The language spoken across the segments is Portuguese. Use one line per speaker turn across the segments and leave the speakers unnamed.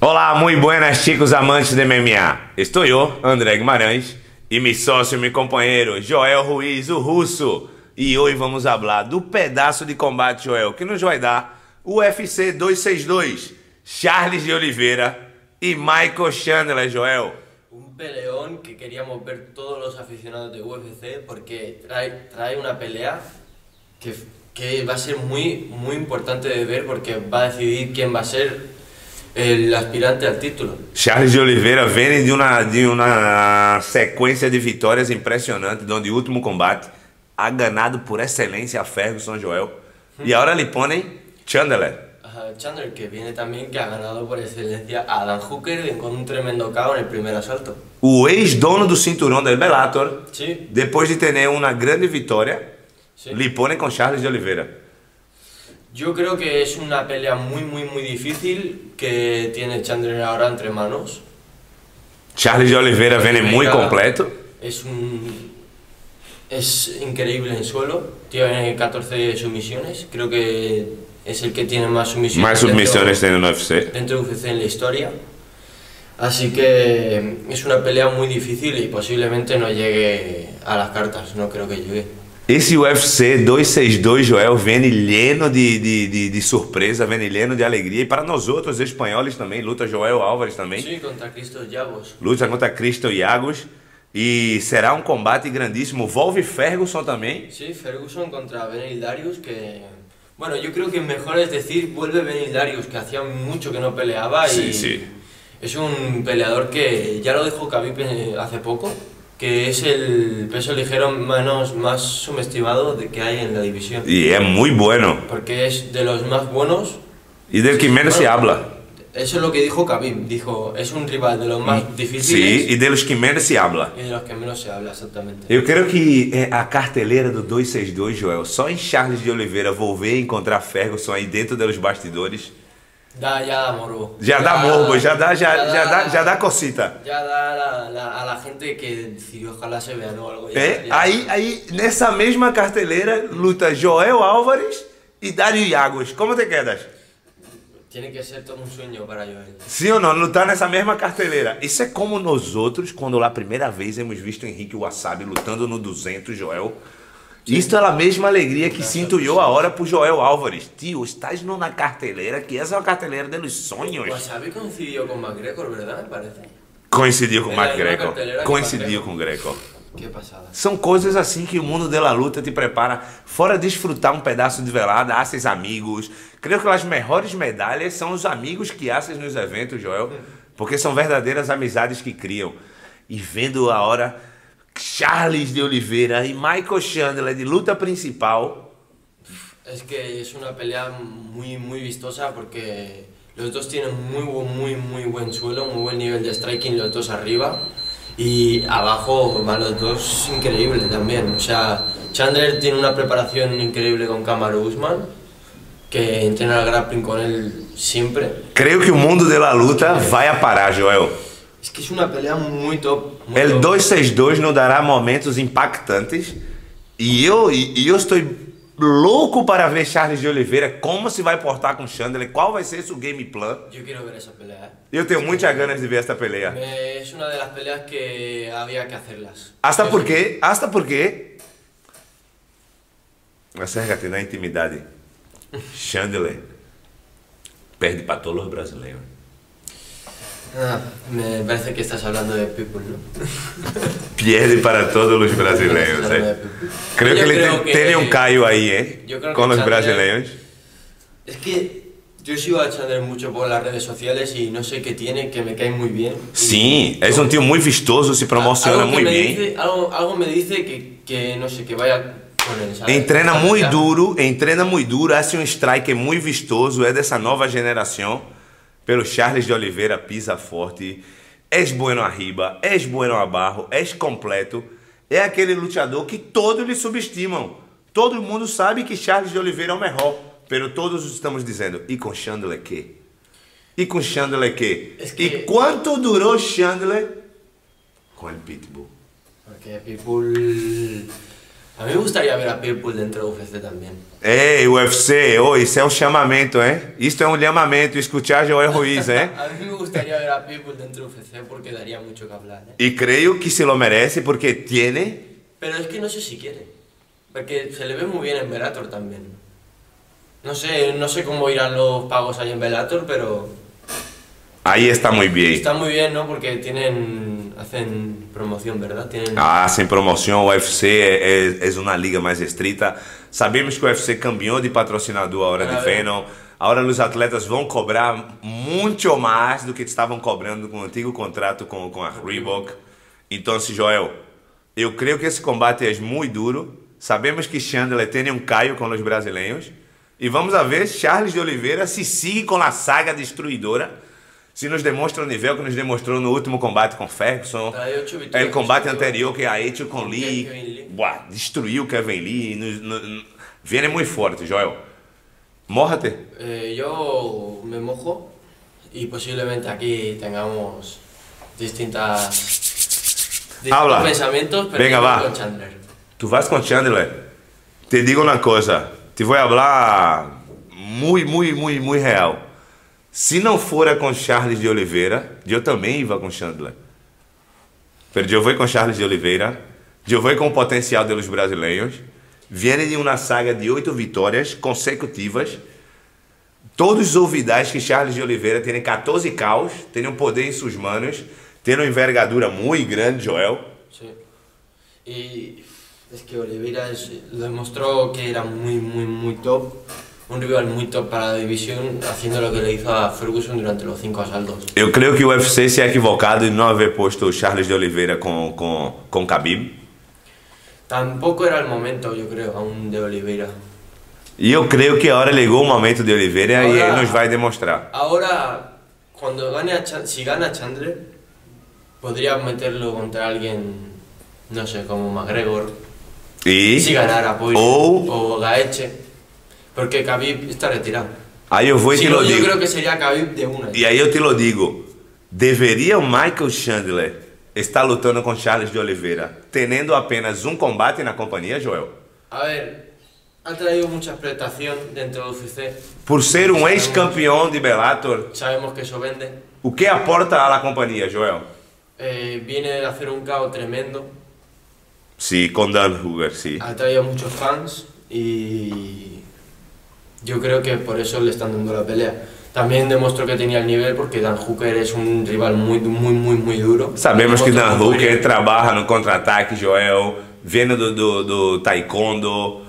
Olá, muito buenas chicos amantes de MMA. Estou eu, André Guimarães, e meu sócio, meu companheiro, Joel Ruiz, o russo. E hoje vamos falar do pedaço de combate, Joel, que nos vai dar o UFC 262, Charles de Oliveira e Michael Chandler, Joel.
Un peleón que queríamos ver todos los aficionados de UFC porque trae, trae una pelea que, que va a ser muy, muy importante de ver porque va a decidir quién va a ser el aspirante al título.
Charles de Oliveira vem de uma, de uma sequência de vitórias impressionante, onde o último combate ha ganado por excelência a Ferguson Joel. E agora lhe põem Chandler.
Ajá, Chandler, que viene también, que ha ganado por excelencia a Alan Hooker con un tremendo KO en el primer asalto.
O ex-dono do cinturão da Bellator,
Sim.
depois de ter uma grande vitória,
Sim.
lhe põem com Charles de Oliveira.
Yo creo que es una pelea muy, muy, muy difícil que tiene Chandler ahora entre manos.
Charles de Oliveira vem muito completo.
Es un. Es increíble en suelo. Tiene 14 sumisiones. Creo que es el que tiene más sumisiones.
Mais
dentro-
submissões tem no UFC.
Dentro de UFC en la historia. Así que es una pelea muy difícil y posiblemente no llegue a las cartas. No creo que llegue.
Esse UFC 262, Joel, vem lleno de, de, de, de surpresa, vem lleno de alegria. E para nós outros, espanhóis também, luta Joel Álvares também.
Sí, contra Cristos Llavos.
Luta contra Cristo Iagos. E será um combate grandíssimo. Volve Ferguson também.
Sí, Ferguson contra Benil Darius, que... Bueno, yo creo que mejor es decir, vuelve Benil Darius, que hacía mucho que no peleaba
Sí,
y...
sí.
Es un peleador que ya lo dijo Khabib eh, hace poco, que es el peso ligero menos, más subestimado de que hay en la división.
E é muito bueno.
Porque es de los más buenos.
E del que menos se habla.
Eso es lo que dijo Khabib, dijo, es un rival de los
Mm,
más difíciles
Sim, e deles que menos se habla.
y de los que menos se habla exactamente.
Eu creio que é, a carteleira do 262, Joel, só em Charles de Oliveira volver a encontrar Ferguson aí dentro dos bastidores.
Da ya morbo.
Já dá morbo, já dá, já,
Ah.
já dá, já dá cocita.
Ya da a la, la- a la gente que decir, ojalá se vea o algo. ya-
É,
ya-
aí, aí, nessa mesma carteleira, luta Joel Álvares e Dario Iagos. Como te quedas?
Tiene que ser todo un sueño para Joel.
Sim ou não? Lutar nessa mesma carteleira. Isso é como nós outros, quando lá a primeira vez hemos visto Henrique Wasabi lutando no 200, Joel. Isto é a mesma alegria que se intuiu a hora por Joel Álvares. Tio, estás na carteleira, que essa é a carteleira dos sonhos.
Wasabi coincidió con McGregor, ¿verdad? Me parece.
Coincidiu com o Mark
É a mesma
Greco.
carteleira que
Coincidiu com o Greco.
Qué pasada.
São coisas assim que o mundo da luta te prepara. Fora desfrutar um pedaço de velada, haces amigos. Creio que as melhores medalhas são os amigos que haces nos eventos, Joel. Porque são verdadeiras amizades que criam. E vendo a hora Charles de Oliveira e Michael Chandler de luta principal.
Es que es una pelea muy, muy vistosa porque los dos tienen muy, bu- muy, muy buen suelo, muy buen nivel de striking los dos arriba. Y abajo van los dos increíble también. O sea, Chandler tiene una preparación increíble con Kamaru Usman, que entrena al grappling con él siempre.
Creio que o mundo da luta vai a parar, Joel.
Es que es una pelea muy top. Muy
El
top.
262 nos dará momentos impactantes. E eu, e, e eu estou louco para ver Charles de Oliveira como se vai portar com Chandler, qual vai ser seu game plan.
Yo quiero ver esa pelea. ¿eh?
Eu tenho muitas ganas de ver esta peleia.
Me- Es una de las peleas que había que hacerlas.
Hasta
Es-
porque, hasta porque. Acércate na intimidade. Chandler perde para todos os brasileiros.
Ah, me parece que estás hablando de People, ¿no?
Perde para todos os brasileiros. É. Creio que
Yo
ele
creo
tem, tem um Caio aí, hein?
Eu creo
Com
que
os
Chandler-
brasileiros.
Es que yo sigo a Chandler mucho por las redes sociales y no sé qué tiene, que me cae muy bien.
Sim, é um tio muito vistoso, se promociona
Algo que
muito
me
bem.
dice- algo, algo me dice que, que no sé, que vaya con él, ¿sabes?
Entrena
Esa
muito
pelea.
duro, entrena muito duro, hace um strike muito vistoso, é dessa nova geração. Pelo Charles de Oliveira, pisa forte. És bueno arriba, és bueno abarro, és completo. É aquele lutador que todos lhe subestimam. Todo mundo sabe que Charles de Oliveira é o melhor. Pero todos estamos dizendo, e com Chandler que? E com Chandler que?
Es que-
E quanto durou Chandler com o Pitbull?
Porque Pitbull A mí me gustaría ver a Pitbull dentro de UFC también.
Ei, UFC, ô, isso é um chamamento, hein? Isto é um chamamento, escutar Joel Ruiz, um hein?
A mí me gustaría ver a Pitbull dentro de UFC porque daría mucho que hablar. ¿eh?
E creio que se lo merece porque tiene.
Pero es que no sé si quiere. Porque se le ve muy bien en Velator también. No sé, no sé cómo irán los pagos ahí en Velator, pero
Aí está muito bem.
está muy bien, ¿no? Porque tienen, hacen promoción, ¿verdad? Tienen,
Ah, sem promoção, o UFC é, é, é uma liga mais estrita. Sabemos que o UFC cambiou de patrocinador a hora de
Ah, é.
Venom. Agora os atletas vão cobrar muito mais do que estavam cobrando com o antigo contrato com, com a Reebok. Então, se Joel, eu creio que esse combate é muito duro. Sabemos que Chandler tem um caio com os brasileiros. E vamos a ver Charles de Oliveira se sigue com a saga destruidora. Se nos demonstra o nível que nos demonstrou no último combate com Ferguson.
Trae ocho victorias
El É, combate
consecutivas.
anterior que é ha hecho con
né? Kevin Lee.
Lee, buah, destruiu Kevin Lee. nos- no- no- viene muy fuerte, é Joel. Mórrate.
eh, yo me mojo y posiblemente aquí tengamos distintas, distintos
Habla.
pensamientos, pero
Venga,
yo voy
va.
con Chandler.
Tu vas con Chandler. Te digo una cosa. Te voy a hablar muy, muy, muy, muy real. Se não fora com Charles de Oliveira, eu também ia com Chandler. Pero eu vou com Charles de Oliveira. Eu vou com o potencial dos brasileiros. Viene de uma saga de oito vitórias consecutivas. Todos os ouvidais que Charles de Oliveira tem 14 caos, tem um poder em suas manos, tem uma envergadura muito grande, Joel.
Sí. Y es que Oliveira es- lo demostró que era muy, muy, muy top. Un rival muy top para la división, haciendo lo que le hizo a Ferguson durante los cinco asaltos.
Eu creio que o UFC se é equivocado em não haver posto o Charles de Oliveira com, com, com Khabib.
Tampoco era el momento, yo creo, aún de Oliveira.
E eu creio que a hora ligou o momento de Oliveira e
Olá.
ele nos vai demonstrar.
Ahora, cuando gane a Chan- si gana Chandler, podría meterlo contra alguien, no sé, como McGregor.
E
Si ganara, pues.
Ou-
O Gaeche. Porque Khabib está retirado.
aí eu vou e
Si
te
no,
lo
yo
digo.
creo que sería Khabib de una.
E aí eu te lo digo. Deveria o Michael Chandler estar lutando com Charles de Oliveira, tendo apenas um combate na companhia, Joel?
A ver, ha traído mucha explotación dentro de UFC.
Por ser um ex-campeão de Bellator,
Sabemos que eso vende.
o que aporta à companhia, Joel?
Eh, viene de hacer un caos tremendo.
Sim, com Dan Hoover, sim.
Ha traído muchos fans y yo creo que por eso le están dando la pelea. También demostró que tenía el nivel porque Dan Hooker es un rival muy, muy, muy, muy duro.
Sabemos que Dan
Demostró
Hooker
podría-
trabalha no contra-ataque, Joel, vindo do, do, do taekwondo.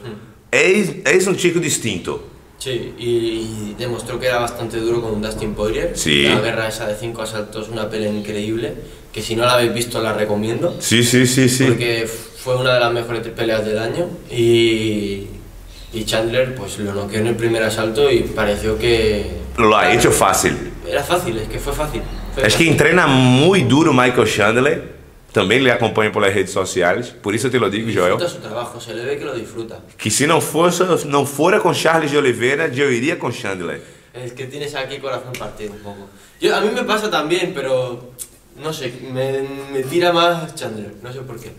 Eis, eis um chico distinto.
Sí, y demostró que era bastante duro con Dustin Poirier.
Sí.
La guerra esa de cinco asaltos, una pelea increíble, que si no la habéis visto la recomiendo.
Sim, sim, sim, sim.
porque fue una de las mejores peleas del año y, y Chandler pues lo noqueó en el primer asalto y pareció que
Lo ha hecho fácil.
era fácil, es que fue fácil. Fue
Acho que
fácil.
treina muito duro Michael Chandler. Também lhe acompanha pelas redes sociais. Por isso eu te lo digo, Joel.
Disfruta su trabajo, se le ve que lo disfruta.
Que se não, fosse, não fora com Charles de Oliveira, eu iria com Chandler.
Es que tienes aquí corazón partido un poco. Yo, a mí me pasa también, pero no sé, me, me tira más Chandler, no sé por qué.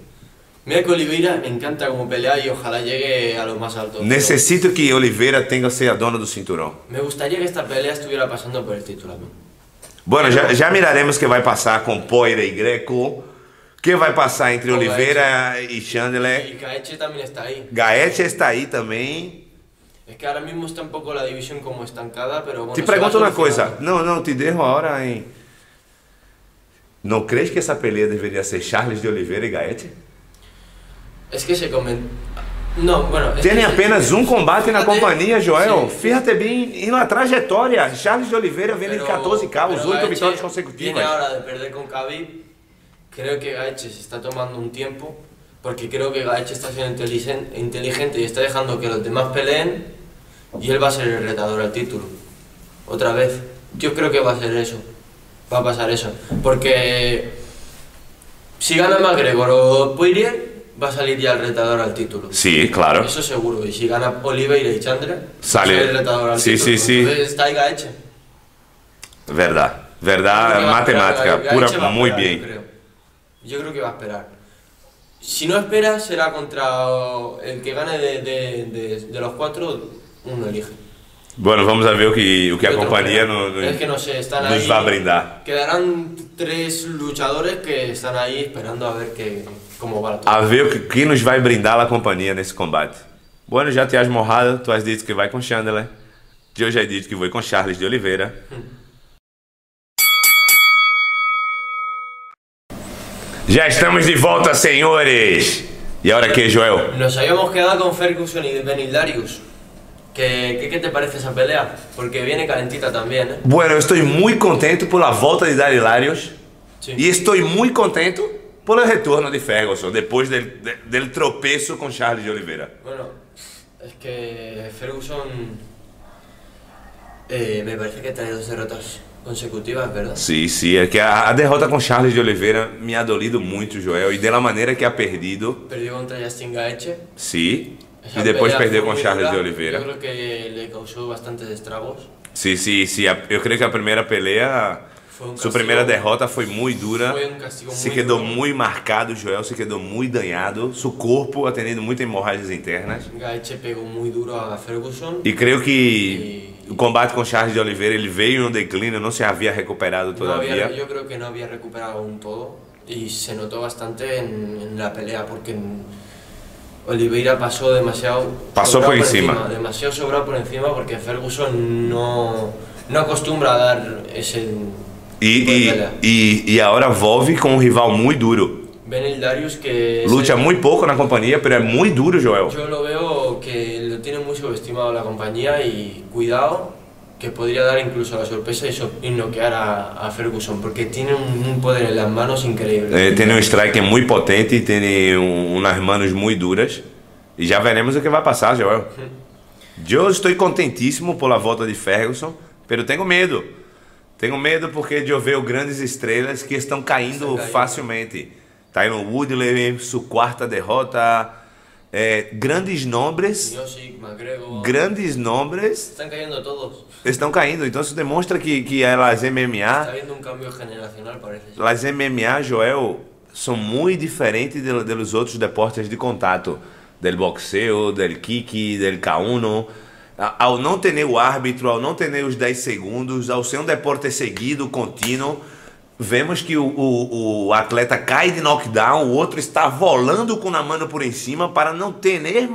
Mira que Oliveira me encanta como pelea y ojalá llegue a los más altos. pero
Necessito que Oliveira tenha que ser a dona do cinturão.
Me gustaría que esta pelea estuviera pasando por el título a mí.
Bueno, já, já miraremos o que vai passar com Poira e Greco. O que vai passar entre
Com
Oliveira e Chandler.
Y Kaeche también está ahí.
Gaete está aí também.
Es que ahora mismo está un poco la división como estancada, pero bueno.
te
se va
pergunto uma coisa.
solucionando.
Não, não, te derro a hora em... Não crees que essa peleia deveria ser Charles de Oliveira e Gaete?
Es que se comen. No, bueno. es
Tem
que se-
apenas um combate na
Fíjate-
companhia, Joel.
Sí.
Fíjate bem e na trajetória. Charles de Oliveira vem de
Pero-
14 carros,
pero
8
Gaethje
vitórias
Viene
consecutivas.
ahora de perder con Khabib. Creo que Gaeche se está tomando un tiempo, porque creo que Gaeche está siendo inteligen- inteligente y está dejando que los demás peleen, y él va a ser el retador al título. Otra vez. Yo creo que va a ser eso. Va a pasar eso. Porque si gana McGregor o Poirier, va a salir ya el retador al título.
Sim, claro.
Eso seguro. Y si gana Oliveira y Chandra,
Sale.
sale el retador al
Sí, sí,
título.
sí.
Entonces está ahí Gaeche.
Verdade.
Creo que
Verdade,
va a esperar,
Ah, matemática.
Gaeche
Pura,
va a
muito bem.
esperar, Yo creo. Yo creo que va a esperar. Si no esperas, será contra el que gane de, de- de- de los cuatro, uno elige.
Bueno, vamos a ver o que, o que a
Otro
companhia
juega.
no- no-
es É que no sé, están ahí.
nos va a brindar.
Quedarán tres luchadores que están ahí esperando a ver que, cómo va la
A ver o que, quem nos vai brindar a companhia nesse combate. Bueno, já te has morrado, tu has dito que vai com Chandler. Eu já disse que vou com Charles de Oliveira. Já estamos de volta, senhores! E agora que, é, Joel?
Nos habíamos quedado con Ferguson y Benildarius. ¿Qué, qué, ¿Qué te parece esa pelea? Porque viene calentita también, ¿eh?
Bueno, eu estou muito contente pela volta de Darilarios.
Sí.
E estou muito contente pelo retorno de Ferguson, depois dele, de- dele tropeço com Charles de Oliveira.
Bueno, es que Ferguson eh, me parece que trae dos derrotas consecutivas, ¿verdad?
Sim, sim, é que a, a derrota com Charles de Oliveira me ha dolido muito, Joel, e da maneira que ha perdido,
Perdió contra Justin Gaethje.
sim,
Esa
e depois
pelea
perdeu
fue
com
muy
Charles de
dura.
Oliveira.
Yo creo que le causó bastantes estragos.
Sim, sim, sim, a- eu creio que a primeira peleia,
Foi um
sua
castigo-
primeira derrota foi muito dura,
Foi um castigo
se
muito
quedou
duro.
muito marcado, Joel, se quedou muito danhado, seu corpo atendendo muitas hemorragias internas.
Gaethje pegó muy duro a Ferguson.
E creio que o combate com Charles de Oliveira ele veio em um declínio, não se havia recuperado
No había-
todavia.
yo creo que no había recuperado aún todo y se notó bastante en, en la pelea porque en- Oliveira pasó demasiado.
Pasó
sobrado
por encima.
Demasiado sobrado por encima porque Ferguson no, no acostumbra a dar ese. tipo de
E,
pelea.
e, e, e agora volve com um rival muito duro.
Benel Darius que. es
Luta
el-
muito pouco na companhia, pero é muito duro, Joel.
Yo lo veo que lo tiene muy subestimado la compañía y cuidado que podría dar incluso la sorpresa y, so- y noquear a, a Ferguson porque tiene un, un poder en las manos increíble.
É, tem um strike muito potente, tem um, umas manos muito duras. E já veremos o que vai passar, Joel. Eu estou contentíssimo pela volta de Ferguson, pero tenho medo. Tenho medo porque eu vejo grandes estrelas que estão caindo
Estão caindo.
facilmente. Tyron Woodley, sua quarta derrota. É, grandes nomes,
Miocic, McGregor.
grandes nomes
Están cayendo todos.
estão caindo. Então isso demonstra que, que as MMA
Está habiendo un cambio generacional, parece. ser.
Las MMA, Joel, são muito diferentes de, de los outros deportes de contato. Del boxeo, del kick, del cauno. A- Ao não ter o árbitro, ao não ter os 10 segundos, ao ser um deporte seguido, contínuo, vemos que o, o- o atleta cai de knockdown, o outro está volando com a mano por em cima para não ter nem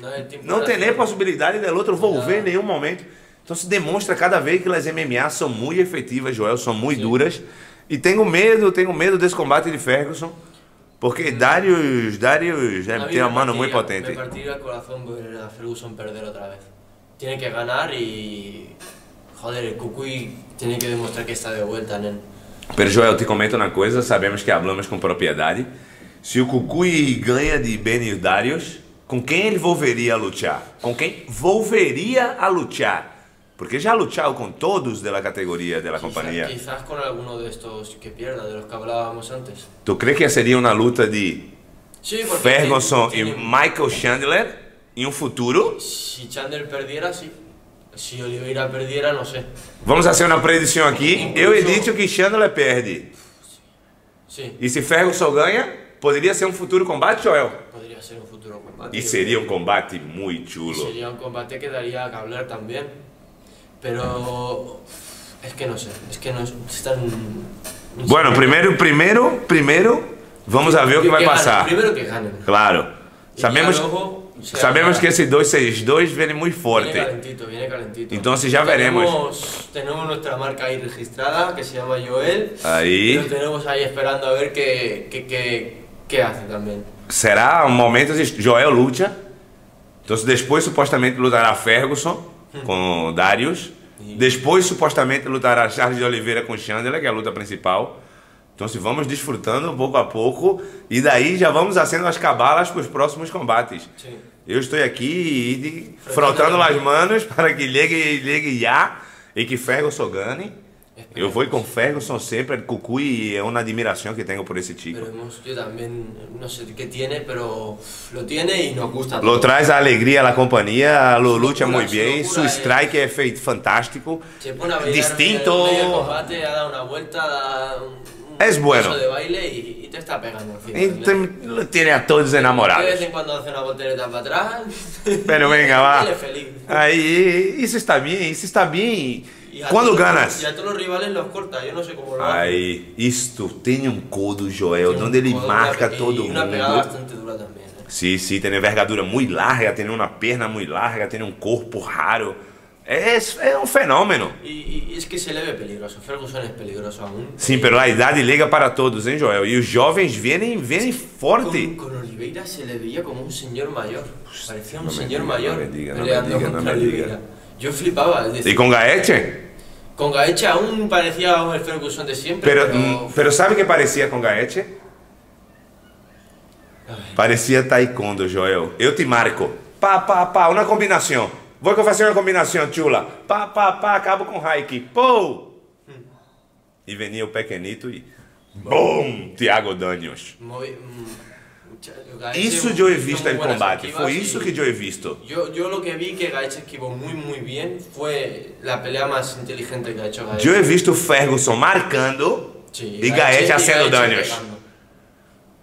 No hay tiempo
não
de
tem nem
hacer-
possibilidade do outro volver em
Não.
nenhum momento. Então se demonstra cada vez que as MMA são muito efetivas, Joel, são muito duras. E tenho medo, tenho medo desse combate de Ferguson. Porque Darius, Darius é,
A mí
tem
me
uma mano
partiría-
muito
Me
potente.
partiría el corazón ver a Ferguson perder otra vez. Tiene que ganar y. Joder, el Cucuy tiene que demostrar que está de vuelta, nen.
Pero Joel, te comento uma coisa, sabemos que hablamos com propriedade. Se o Cucuy ganha de Benio Darius, com quem ele volveria a lutar? Com quem volveria a lutar? Porque já lutou com todos da categoria, da companhia.
Quizás, quizás con alguno de estos que pierda, de los que hablábamos antes.
Tu crê que seria uma luta de
Sí, porque
Ferguson e
tiene- tiene-
Michael Chandler em um futuro?
Si Chandler perdiera, sí. Si Oliveira perdiera, no sé.
Vamos fazer uma predição aqui. Eu edito que Chandler perde.
Sí,
E se Ferguson ganha, poderia ser um futuro combate, Joel?
podría ser un futuro combate.
E seria um combate muito chulo.
Sería un combate que daría que hablar también. Pero es que no sé, es que no es- están. no sé.
Bueno, primeiro, primeiro, primeiro, vamos a ver o que vai
ganen,
passar.
Primero que ganen.
Claro. Sabemos, sabemos que esse 262 vem muito
Viene
forte.
calentito, viene calentito.
Entonces ya veremos.
Tenemos, tenemos nuestra marca ahí registrada que se llama Joel.
Ahí.
Lo tenemos ahí esperando a ver qué, qué, qué, qué hace también.
Será um momento de Joel luta. Então, se depois supostamente lutará Ferguson com Darius. Depois supostamente lutará Charles de Oliveira com Chandler, que é a luta principal. Então, se vamos desfrutando pouco a pouco e daí já vamos acendo as cabalas para os próximos combates.
Sí.
Eu estou aqui de- frotando as manos para que ligue, ligue já e que Ferguson ganhe. Eu vou com Ferguson sempre, Cucu, e é uma admiração que tenho por esse tipo.
Veremos, yo también no sé qué tiene, pero lo tiene y nos gusta.
Lo traz a alegria à companhia, lo lucha
Loucura,
muito bem,
loucura,
seu
é.
strike é feito fantástico,
Se pone a bailar en
distinto.
el medio del combate, ha dado una vuelta, da un-
Es bueno.
paso de baile y, y te está pegando. al final.
Y te- lo tiene Então, a todos
De
enamorados.
vez en cuando hace una voltereta para atrás.
Pero venga, va.
Él es feliz.
Ahí, eso está bien, eso está bien.
Y a
Quando
todos-
ganas?
Y a todos los rivales los corta, yo no sé cómo lo hace.
Aí, isto tem um codo, Joel,
Tiene un
onde ele
codo,
marca
una-
todo
y
mundo.
Una pegada bastante dura también. ¿eh?
Sim, sim, tem envergadura muito larga, tem uma perna muito larga, tem um corpo raro. É, é um fenômeno.
Y, y- y es que se le ve peligroso. Ferguson es peligroso aún.
Sim, pero a idade liga para todos, hein, Joel? E os jovens vêm, vêm
Con,
forte.
con Oliveira se le veía como un señor mayor. Parecía un
Pues no me
señor
diga,
mayor.
no me diga, no me
peleando
diga, no
contra
me diga.
Oliveira. Yo flipaba. es decir,
E com Gaete?
Con Gaecha aún parecía el Ferguson de siempre.
Pero,
pero-
hum, pero sabe o que parecia com Gaete? Parecia taekwondo, Joel. Eu te marco. Pá, pá, pá, uma combinação. Vou fazer uma combinação, chula. Pá, pá, pá, acabo com Raik. Pou! E venia o pequenito e... Bum! Thiago Daniels.
Movi- mm, cha- Gaeche
Isso
hizo
eu he visto
muy
em
buenas
combate.
esquivas
Foi
y-
isso que eu he visto.
Yo, yo lo que vi que Gaeche esquivó muy muy bien fue la pelea más inteligente que ha hecho Gaeche.
Eu he visto o Ferguson marcando
Sí,
e Gaete
haciendo
acendo Daniels.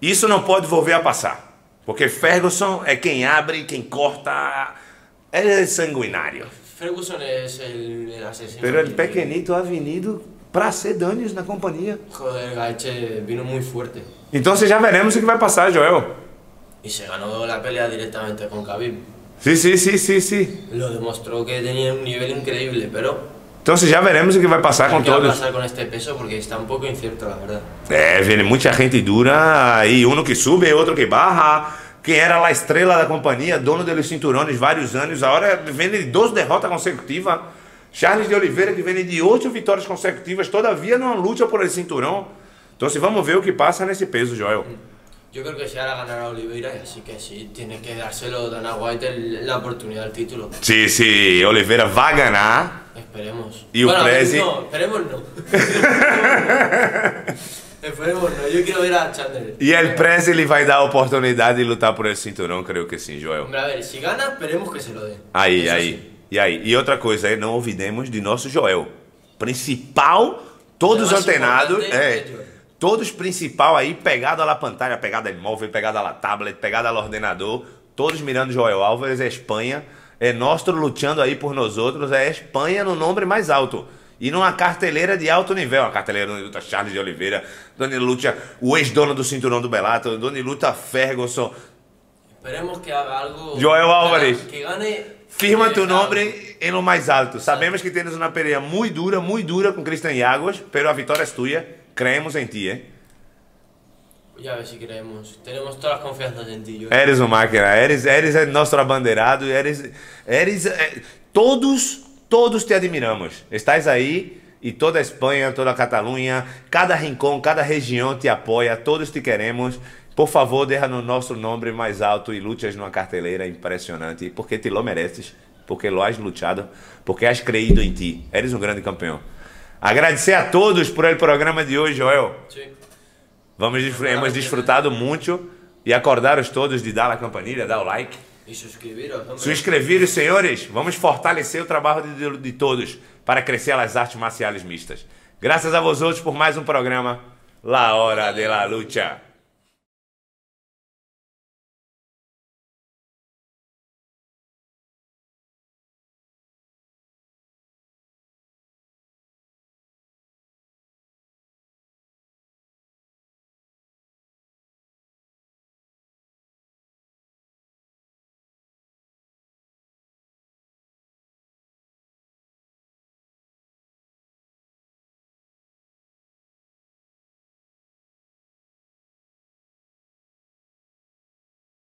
Isso não pode volver a passar. Porque Ferguson é quem abre, quem corta. É sanguinário.
Ferguson es el, el asesino.
Pero el
Y-
pequenito ha venido para ser Daniels na companhia.
Joder, Gaeche vino muy fuerte.
Então já veremos o que vai passar, Joel.
Y se ganó la pelea directamente con Khabib.
Sim, sim, sim, sim, sim.
Lo demostró que tenía un nivel increíble, pero...
Então já veremos o que vai passar com
¿Qué va a
todos.
pasar con este peso? Porque está un poco incierto, la verdad.
É, vem muita gente dura e um que sube, outro que barra. Quem era a estrela da companhia, dono dos cinturões vários anos, agora vem de 12 derrotas consecutivas. Charles de Oliveira que vem de 8 vitórias consecutivas, todavia não luta por esse cinturão. Então se vamos ver o que passa nesse peso, Joel.
Yo creo que se hará ganar a Oliveira, y así que sí, tiene que dárselo Dana White el- la oportunidad al título.
Se, se Oliveira vai ganhar,
Esperemos.
Y un
Bueno,
presi-
No, esperemos no. esperemos no. Yo quiero ver a Chandler.
e El Presley vai dar a oportunidade de lutar por esse cinturão, creio que sim, Joel.
Hombre, a ver, si gana, esperemos que se lo dé.
Aí,
Eso
aí.
sí.
E aí? E outra coisa, é, não ouvidemos de nosso Joel. Principal, todos
O mais
antenados.
importante
É,
é Joel.
todos principal aí, pegada lá pantalla, pegada em móvel, pegada lá tablet, pegada lá ordenador. Todos mirando Joel Álvares, é Espanha. É nós lutando aí por nós outros, é Espanha no nome mais alto. E numa carteleira de alto nível, uma carteleira onde luta Charles de Oliveira, onde luta o ex-dono do cinturão do Bellator, onde luta Ferguson.
Esperemos que haga algo.
Joel
que-
Álvarez.
Que gane.
Firma
que
tu
gane.
nombre en lo más alto. Sabemos que tienes una pelea muy dura, muy dura con Cristian Yagos, pero a victoria es tuya. Creemos en ti, ¿eh?
Ya a ver si creemos. Tenemos todas las confianzas en ti, Joel.
Eres uma máquina, eres, eres é nosso abandeirado, eres, eres, é, todos, todos te admiramos. Estás aí e toda a Espanha, toda a Catalunha, cada rincão, cada região te apoia, todos te queremos. Por favor, derra no nosso nome mais alto e lutas numa carteleira impressionante, porque te lo mereces, porque lo has luchado, porque has creído em ti. Eres um grande campeão. Agradecer a todos por el programa de hoje, Joel.
Sí.
Vamos, desfr- hemos disfrutado muito e acordaros todos de dar a campanilha, dar o like.
Y suscribiros, hombre.
Subscrever os senhores, vamos fortalecer o trabalho de, de todos para crescer as artes marciais mistas. Graças a vós outros por mais um programa La Hora de la Lucha.